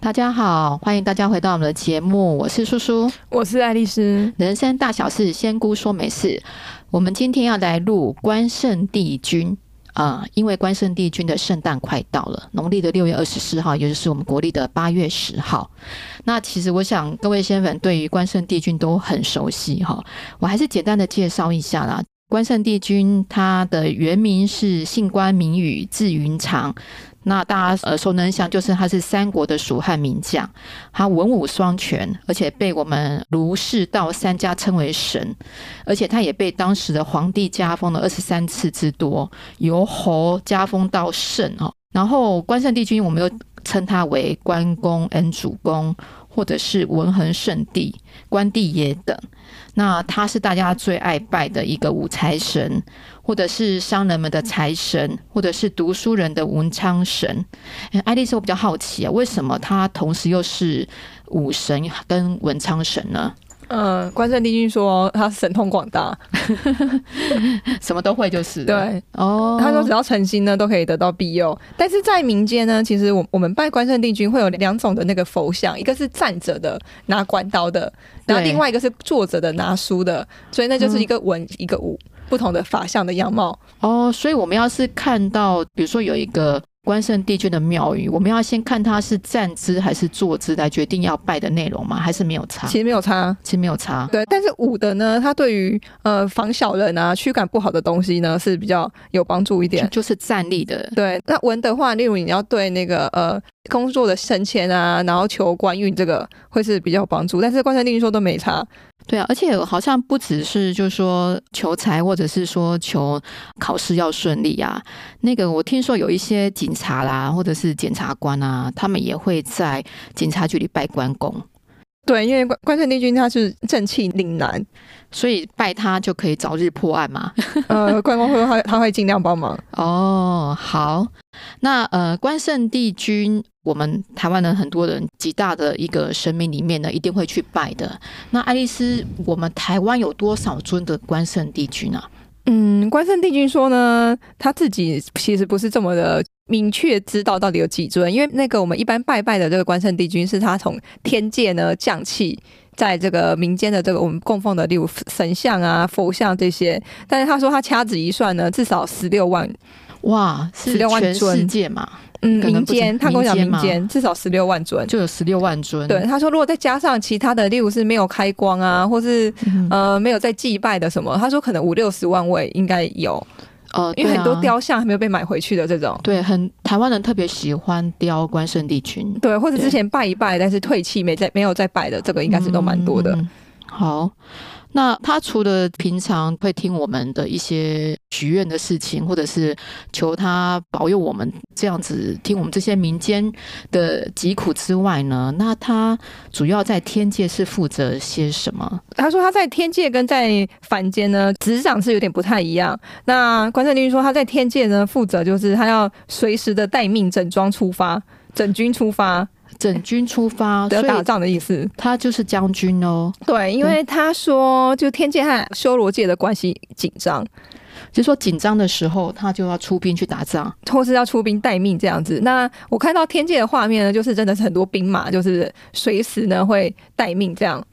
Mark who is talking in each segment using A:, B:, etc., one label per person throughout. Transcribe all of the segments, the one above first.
A: 大家好，欢迎大家回到我们的节目，我是叔叔。
B: 我是爱丽丝。
A: 人生大小事，仙姑说没事。我们今天要来录关圣帝君啊、因为关圣帝君的圣诞快到了，农历的六月二十四号，也就是我们国历的八月十号。那其实我想各位仙粉对于关圣帝君都很熟悉哈，我还是简单的介绍一下啦。关圣帝君他的原名是信官明宇字云长。那大家耳熟能详，就是他是三国的蜀汉名将，他文武双全，而且被我们儒释道三家称为神，而且他也被当时的皇帝加封了二十三次之多，由侯加封到圣哦。然后关圣帝君，我们又称他为关公、恩主公，或者是文衡圣帝、关帝爷等。那他是大家最爱拜的一个五财神，或者是商人们的财神，或者是读书人的文昌神。诶爱丽丝，我比较好奇啊，为什么他同时又是武神跟文昌神呢？
B: 嗯，关圣帝君说他神通广大，
A: 什么都会就是了
B: 对，
A: 哦，
B: 他说只要诚心呢都可以得到庇佑。但是在民间呢，其实我我们拜关圣帝君会有两种的那个佛像，一个是站着的拿管刀的，然后
A: 对
B: 另外一个是坐着的拿书的，所以那就是一个文、一个武。不同的法相的样貌，
A: 哦，所以我们要是看到，比如说有一个关圣帝君的庙宇，我们要先看他是站姿还是坐姿来决定要拜的内容吗？还是没有差？
B: 其实没有差。
A: 其实没有差。
B: 对，但是武的呢，它对于呃防小人啊、驱赶不好的东西呢是比较有帮助一点
A: 就。就是站立的，
B: 对，那文的话，例如你要对那个呃工作的升迁啊，然后求官运这个会是比较有帮助，但是关圣帝君说都没差，
A: 对啊，而且好像不只是就是说求财，或者是说求考试要顺利啊。那个我听说有一些警察啦，或者是检察官啊，他们也会在警察局里拜关公，
B: 对，因为关关圣帝君他是正气凛然，
A: 所以拜他就可以早日破案嘛。
B: 呃，关公会他他会尽量帮忙，
A: 哦，好，那呃，关圣帝君，我们台湾人很多人几大的一个神明里面呢，一定会去拜的。那爱丽丝，我们台湾有多少尊的关圣帝君啊？
B: 嗯，关圣帝君说呢，他自己其实不是这么的明确知道到底有几尊，因为那个我们一般拜拜的这个关圣帝君是他从天界呢降气，在这个民间的这个我们供奉的，例如神像啊、佛像这些，但是他说他掐指一算呢，至少十六万，
A: 哇，是
B: 16万
A: 全世
B: 尊
A: 界嘛，
B: 嗯，
A: 可能
B: 民
A: 不止
B: 间他跟我讲
A: 民间
B: 民
A: 吗
B: 间至少十六万尊。
A: 就有十六万尊。
B: 对，，他说如果再加上其他的，例如是没有开光啊，或是
A: 嗯
B: 呃没有在祭拜的什么，他说可能五六十万位应该有，
A: 呃，
B: 因为
A: 对
B: 很多
A: 啊
B: 雕像还没有被买回去的这种。
A: 对，很台湾人特别喜欢雕关圣帝君，
B: 对，或者
A: 对
B: 之前拜一拜，但是退气没再没有再拜的，这个应该是都蛮多的。
A: 嗯嗯嗯好，那他除了平常会听我们的一些许愿的事情，或者是求他保佑我们这样子听我们这些民间的疾苦之外呢，那他主要在天界是负责些什么？
B: 他说他在天界跟在凡间呢，执掌是有点不太一样。那关圣帝君说他在天界呢，负责就是他要随时的待命整装出发，整军出发，
A: 整军出发，所
B: 要打
A: 以
B: 仗的意思。
A: 他就是将军哦。
B: 哦对，因为他说就天界和修罗界的关系紧张，
A: 就是说紧张的时候，他就要出兵去打仗。
B: 或是要出兵待命这样子。那我看到天界的画面呢，就是真的是很多兵马，就是随时呢会待命这样。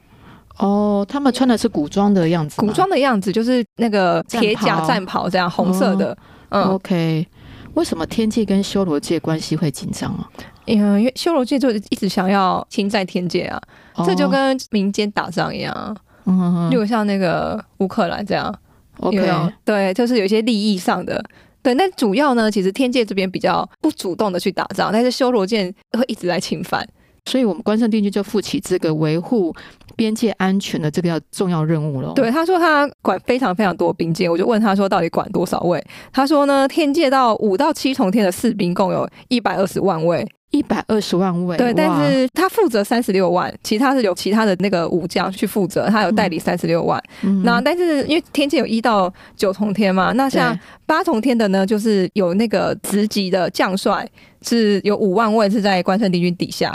A: 哦，他们穿的是古装的样子吗，
B: 古装的样子，就是那个铁甲
A: 战
B: 战袍这样红色的。嗯，
A: OK，为什么天界跟修罗界关系会紧张啊？
B: 嗯因为修罗界就一直想要侵占天界啊，这就
A: 哦
B: 跟民间打仗一样啊，
A: 嗯嗯
B: 例如像那个乌克兰这样有没有
A: OK
B: 对，就是有一些利益上的。对，但主要呢，其实天界这边比较不主动的去打仗，但是修罗界会一直来侵犯。
A: 所以我们关圣帝君就负起这个维护边界安全的这个要重要任务了。
B: 对，，他说他管非常非常多兵界，我就问他说到底管多少位？他说呢，天界到五到七重天的士兵共有一百二十万位，
A: 一百二十万位，
B: 对，
A: 哇
B: 但是他负责三十六万，其他是有其他的那个武将去负责，他有代理三十六万。
A: 嗯
B: 那但是因为天界有一到九重天嘛，那像
A: 对
B: 八重天的呢，就是有那个职级的将帅，是有五万位是在关圣帝君底下，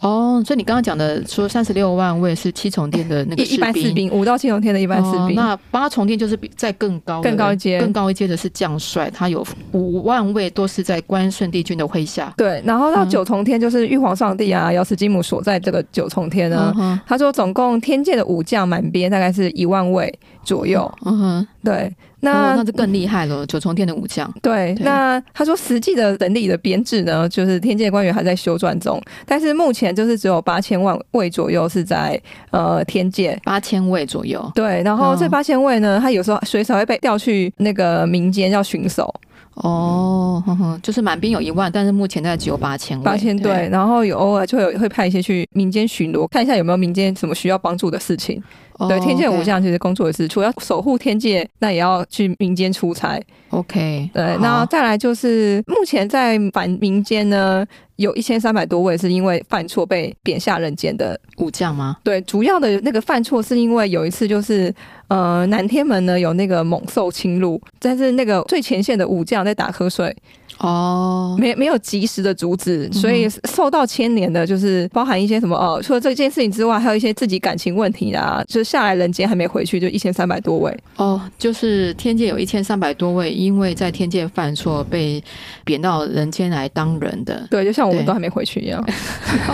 A: 哦，所以你刚刚讲的说三十六万位是七重天的那个
B: 一一般士兵，五到七重天的一般士
A: 哦
B: 兵。
A: 那八重天就是比在更高的
B: 更高阶
A: 更高一阶的是将帅，他有五万位都是在关圣帝君的麾下。
B: 对，然后到
A: 嗯
B: 九重天就是玉皇上帝啊，瑶池金母所在这个九重天呢
A: 嗯，哼，
B: 他说总共天界的武将满编大概是一万位左右。
A: 嗯哼，
B: 对，
A: 那、哦、
B: 那
A: 那就更厉害了，九重天的武将。
B: 对，
A: 对
B: 那他说实际的人力的编制呢，就是天界官员还在修撰中，但是目前就是只有八千万位左右是在呃天界。
A: 八千位左右
B: 对，然后这
A: 嗯
B: 八千位呢，他有时候随时还会被调去那个民间要巡守，
A: 哦，哼哼，就是满兵有一万，但是目前大概只有八千位，
B: 八千对，然后有偶尔就有会派一些去民间巡逻，看一下有没有民间什么需要帮助的事情。
A: 哦
B: 对，天界武将其实工作也是除了守护天界，那也要去民间出差。
A: 哦，OK，
B: 对，那
A: 好
B: 再来就是目前在反民间呢，有一千三百多位是因为犯错被贬下人间的。
A: 武将吗？
B: 对，主要的那个犯错是因为有一次就是，呃，南天门呢有那个猛兽侵入，但是那个最前线的武将在打瞌睡，
A: 哦，
B: 没没有及时的阻止，所以受到牵连的就是包含一些什么呃，除了这件事情之外，还有一些自己感情问题啊，就是下来人间还没回去，就一千三百多位。
A: 哦，就是天界有一千三百多位，因为在天界犯错被贬到人间来当人的。
B: 对，就像我们
A: 对
B: 都还没回去一样，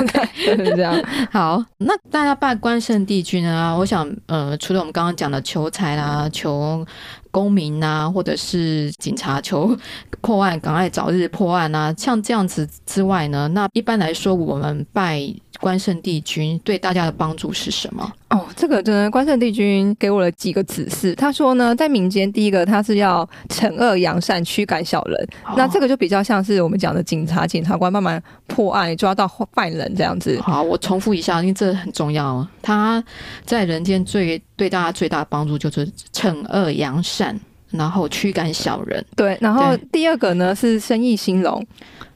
B: 对，就是这样。
A: 好，那大家拜关圣帝君啊，我想，呃，除了我们刚刚讲的求财啦、求公民呐、或者是警察求破案，赶快早日破案啊，像这样子之外呢，那一般来说，我们拜关圣帝君对大家的帮助是什么？
B: 哦，这个真的关圣帝君给我了几个指示。他说呢，在民间第一个他是要惩恶扬善，驱赶小人。那这
A: 个
B: 个就比较像是我们讲的警察、检察官慢慢破案，抓到犯人这样子。
A: 好，我重复一下，因为这很重要哦。他在人间最对大家最大的帮助就是惩恶扬善，然后驱赶小人。
B: 对，然后
A: 对
B: 第二个呢是生意兴隆。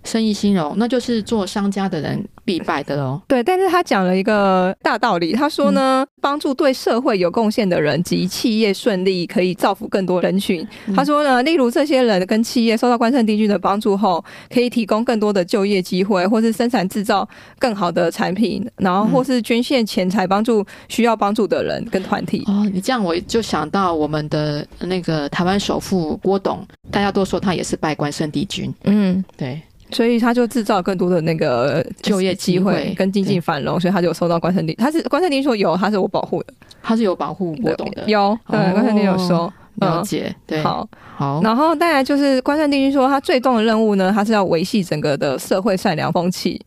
A: 生意兴隆，那就是做商家的人必拜的哦。
B: 对，但是他讲了一个大道理，他说呢，
A: 嗯
B: 帮助对社会有贡献的人及企业顺利，可以造福更多人群。
A: 嗯
B: 他说呢，例如这些人跟企业受到关圣帝君的帮助后，可以提供更多的就业机会，或是生产制造更好的产品，然后或是捐献钱财帮助需要帮助的人跟团体。
A: 哦，你这样我就想到我们的那个台湾首富郭董，大家都说他也是拜关圣帝君，
B: 嗯。
A: 对，
B: 所以他就制造更多的那个
A: 就业机
B: 机
A: 会
B: 会跟经济繁荣，所以他就收到关圣帝，他是关圣帝君说有，他是我保护的，
A: 他是有保护郭董的，
B: 有，对，关圣帝君有收，
A: 了
B: 嗯
A: 解，对，
B: 好，
A: 好，
B: 然后再来就是关圣帝君说，他最终的任务呢，他是要维系整个的社会善良风气，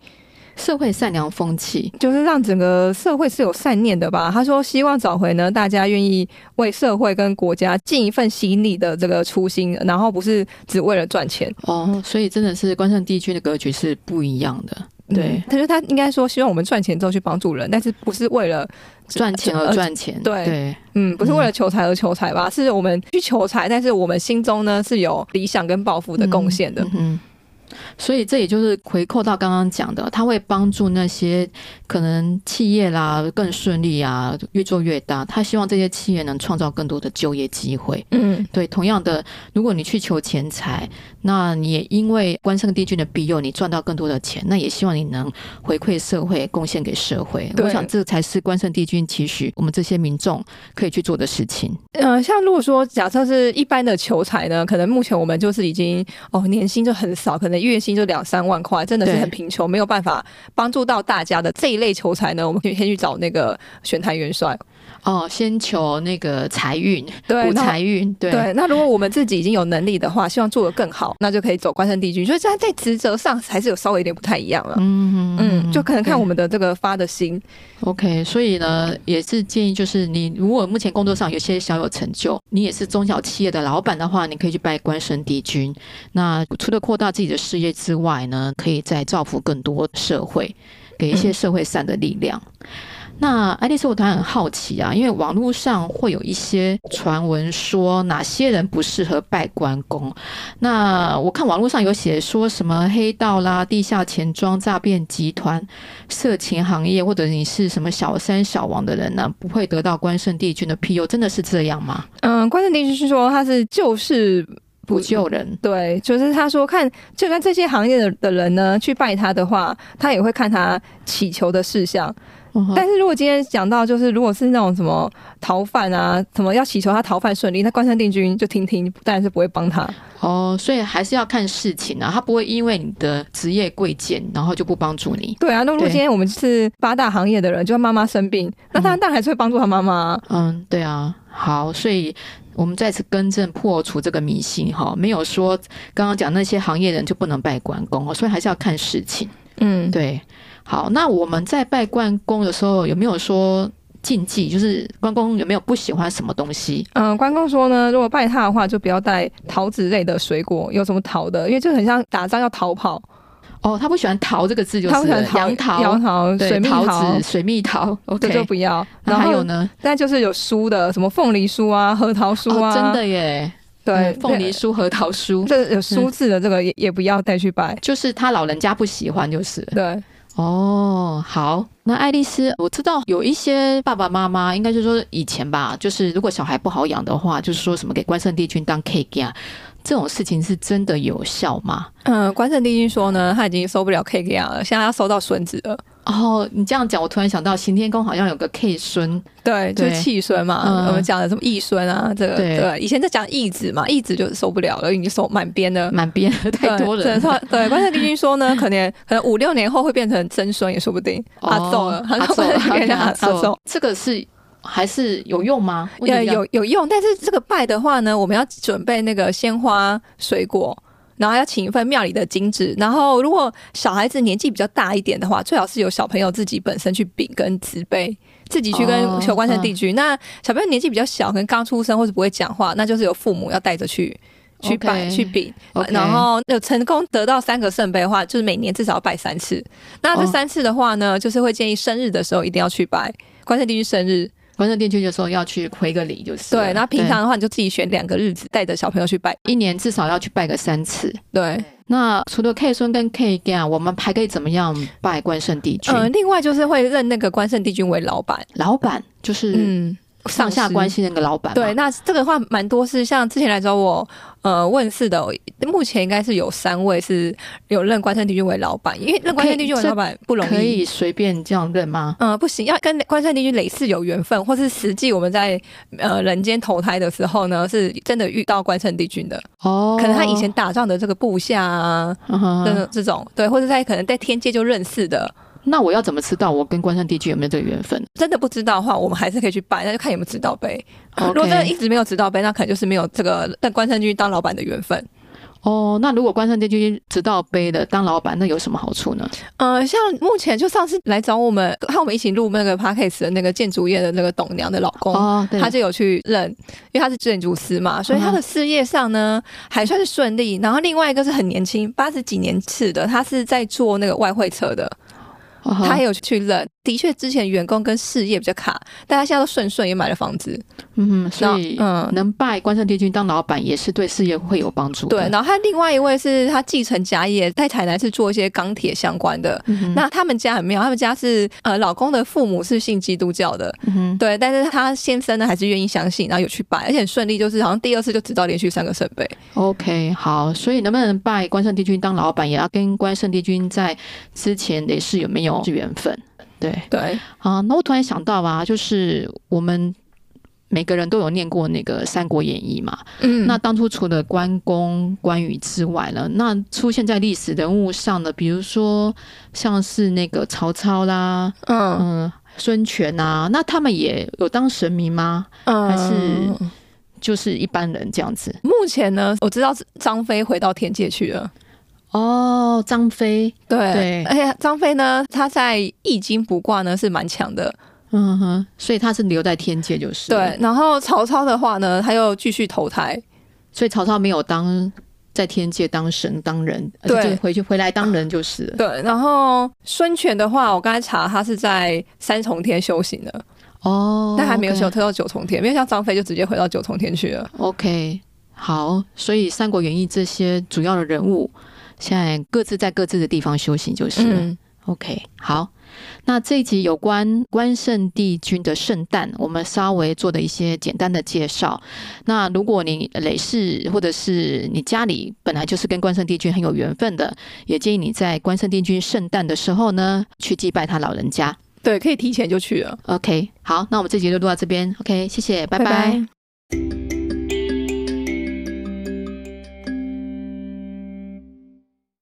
A: 社会善良风气，
B: 就是让整个社会是有善念的吧。他说，希望找回呢大家愿意为社会跟国家尽一份心力的这个初心，然后不是只为了赚钱。
A: 哦，所以真的是关圣帝君的格局是不一样的，对
B: 嗯，他说他应该说希望我们赚钱之后去帮助人，但是不是为了
A: 赚钱而赚钱，
B: 呃对
A: 对，
B: 嗯，不是为了求财而求财吧？是我们去求财，但是我们心中呢是有理想跟抱负的贡献的。
A: 嗯哼。所以这也就是回扣到刚刚讲的，它会帮助那些可能企业啦更顺利啊，越做越大。他希望这些企业能创造更多的就业机会。
B: 嗯
A: 对，同样的，如果你去求钱财，那你也因为关圣帝君的庇佑，你赚到更多的钱，那也希望你能回馈社会，贡献给社会。
B: 对
A: 我想这才是关圣帝君期许我们这些民众可以去做的事情。
B: 呃，像如果说假设是一般的求财呢，可能目前我们就是已经哦年薪就很少，可能月薪就两三万块，真的是
A: 对
B: 很贫穷，没有办法帮助到大家的这一类求财呢，我们可以先去找那个选台元帅，
A: 哦，先求那个财运，
B: 对
A: 补
B: 那
A: 财运，对
B: 对，那如果我们自己已经有能力的话，希望做得更好，那就可以走关圣帝君。所以这在职责上还是有稍微有点不太一样了。
A: 嗯
B: 嗯，就可能看
A: 对
B: 我们的这个发的心，
A: OK，所以呢，也是建议就是你如果目前工作上有些小有成就，你也是中小企业的老板的话，你可以去拜关圣帝君。那除了扩大自己的事业之外呢，可以再造福更多社会，给一些社会善的力量。那爱丽丝，我当然很好奇啊，因为网络上会有一些传闻说哪些人不适合拜关公。那我看网络上有写说什么黑道啦、地下钱庄、诈骗集团、色情行业，或者你是什么小三小王的人呢、不会得到关圣帝君的庇佑，真的是这样吗？
B: 嗯，关圣帝君是说他是救世
A: 不救人。
B: 对，就是他说看，就算这些行业的的人呢去拜他的话，他也会看他祈求的事项。
A: 嗯哼
B: 但是如果今天讲到就是如果是那种什么逃犯啊，什么要祈求他逃犯顺利，那关山定军就听听，当然是不会帮他。
A: 哦，所以还是要看事情啊，他不会因为你的职业贵贱，然后就不帮助你。
B: 对啊，那如果
A: 对
B: 今天我们是八大行业的人，就妈妈生病，那他当然还是会帮助他妈妈啊、
A: 嗯，对啊，好，所以我们再次更正破除这个迷信哈，没有说刚刚讲那些行业人就不能拜关公哦，所以还是要看事情。
B: 嗯，
A: 对，好，那我们在拜关公的时候有没有说禁忌？就是关公有没有不喜欢什么东西？
B: 嗯，关公说呢，如果拜他的话，就不要带桃子类的水果，有什么桃的，因为就很像打仗要逃跑，
A: 哦，他不喜欢桃这个字，就是
B: 他会
A: 了
B: 想桃
A: 杨桃、
B: 杨桃、
A: 对
B: 水蜜
A: 桃
B: 桃
A: 子、，水蜜桃。
B: 这就
A: OK，
B: 不要。
A: 那
B: 然
A: 还
B: 后
A: 有呢？
B: 但就是有酥的，什么凤梨酥啊、核桃酥啊，
A: 哦，真的耶，
B: 对
A: 嗯，凤梨酥、核桃酥
B: 对。，这有酥字的这个也也不要带去拜。
A: 就是他老人家不喜欢，就是了
B: 对，
A: 哦，好，那爱丽丝，我知道有一些爸爸妈妈，应该就是说以前吧，就是如果小孩不好养的话，就是说什么给关圣帝君当 K 啊，这种事情是真的有效吗？
B: 嗯，关圣帝君说呢，他已经收不了 K K R 了，现在要收到孙子了。
A: 哦，你这样讲，我突然想到刑天宫好像有个 K 孙，
B: 对，就是
A: 对
B: 气孙嘛，
A: 嗯
B: 我们讲的什么义孙啊，这个
A: 对
B: 对，以前在讲义子嘛，义子就受不了了，已经受满编了。
A: 满编太多
B: 对
A: 人
B: 只能说对，关圣帝君说呢，可能可能五六年后会变成曾孙也说不定。
A: 哦
B: 阿揍了，
A: 阿
B: 揍
A: 揍，
B: 给人家阿
A: 阿
B: 揍
A: 揍，，这个是还是有用吗？为什么
B: 呃，
A: 要
B: 有有用，但是这个拜的话呢，我们要准备那个鲜花、水果，然后要请一份庙里的金纸。然后如果小孩子年纪比较大一点的话，最好是由小朋友自己本身去禀跟慈悲。自己去跟
A: 哦
B: 求关圣帝
A: 嗯
B: 君。那小朋友年纪比较小，可能刚出生或者不会讲话，那就是由父母要带着去去拜
A: OK
B: 去禀。
A: OK
B: 然后有成功得到三个圣杯的话，就是每年至少要拜三次。那这
A: 哦
B: 三次的话呢，就是会建议生日的时候一定要去拜关圣帝君生日，
A: 关圣帝君的时候要去回个礼，就是了
B: 对，然后平常的话，你就自己选两个日子，带着小朋友去拜。
A: 一年至少要去拜个三次。
B: 对，
A: 那除了 K 孙跟 K 干，我们还可以怎么样拜关圣帝君？
B: 嗯、另外就是会认那个关圣帝君为老板，
A: 老板就是
B: 嗯，
A: 上下关
B: 系。
A: 系那个老板嘛。
B: 对，那这个话蛮多是像之前来找我，呃，问世的，目前应该是有三位是有认关圣帝君为老板，因为认关圣帝君为老板不容
A: 可
B: 易。
A: 以随便这样认吗？
B: 嗯、不行，要跟关圣帝君类似有缘分，或是实际我们在呃人间投胎的时候呢，是真的遇到关圣帝君的，
A: 哦，
B: 嗯可能他以前打仗的这个部下啊，
A: 嗯哼，
B: 这、这种，对，或者在可能在天界就认识的，
A: 那我要怎么知道我跟关圣帝君有没有这个缘分？
B: 真的不知道的话，我们还是可以去拜，那就看有没有指导杯。
A: OK
B: 如果真的一直没有指导杯，那可能就是没有这个但关山君当老板的缘分。
A: 哦，那如果关圣帝君直到背了当老板，那有什么好处呢？
B: 呃，像目前就上次来找我们和我们一起录那个 podcast 的那个建筑业的那个董娘的老公。
A: 哦，对，
B: 他就有去认，因为他是建筑师嘛，所以他的事业上呢、还算是顺利。然后另外一个是很年轻，八十几年次的，他是在做那个外汇车的，
A: 嗯哼
B: 他也有去认。的确，之前员工跟事业比较卡，但他现在都顺顺也买了房子。
A: 嗯，所以
B: 那嗯
A: 能拜关圣帝君当老板，也是对事业会有帮助的。
B: 对，然后他另外一位是他继承家业，在台南是做一些钢铁相关的。
A: 嗯哼，
B: 那他们家很妙，他们家是呃，老公的父母是信基督教的，
A: 嗯哼
B: 对，但是他先生呢还是愿意相信，然后有去拜，而且很顺利，就是好像第二次就直到连续三个圣杯。
A: OK，好，所以能不能拜关圣帝君当老板，也要跟关圣帝君在之前也是有没有缘分？对
B: 对，
A: 啊，那我突然想到啊，就是我们每个人都有念过那个《三国演义》嘛，
B: 嗯
A: 那当初除了关公、关羽之外呢，那出现在历史人物上的，比如说像是那个曹操啦，
B: 嗯
A: 嗯，孙权啊，那他们也有当神明吗？
B: 嗯
A: 还是就是一般人这样子？
B: 目前呢，我知道张飞回到天界去了。
A: 哦，张飞，
B: 对，
A: 对
B: 而且张飞呢，他在易经卜卦呢是蛮强的，
A: 嗯哼，所以他是留在天界就是。
B: 对。，然后曹操的话呢，他又继续投胎，
A: 嗯所以曹操没有当在天界当神当人，
B: 对
A: 而且就回去回来当人就是了。
B: 对，然后孙权的话，我刚才查他是在三重天修行的，
A: 哦，
B: 但还没有修
A: OK
B: 推到九重天，没有像张飞就直接回到九重天去了。
A: OK，好，所以《三
B: 嗯
A: 国演义》这些主要的人物，现在各自在各自的地方修行就是了。 OK，好，那这一集有关关圣帝君的圣诞，我们稍微做的一些简单的介绍。那如果你累世或者是你家里本来就是跟关圣帝君很有缘分的，也建议你在关圣帝君圣诞的时候呢，去祭拜他老人家。
B: 对，可以提前就去了。
A: OK，好，那我们这集就录到这边。OK，谢谢，拜拜
B: 拜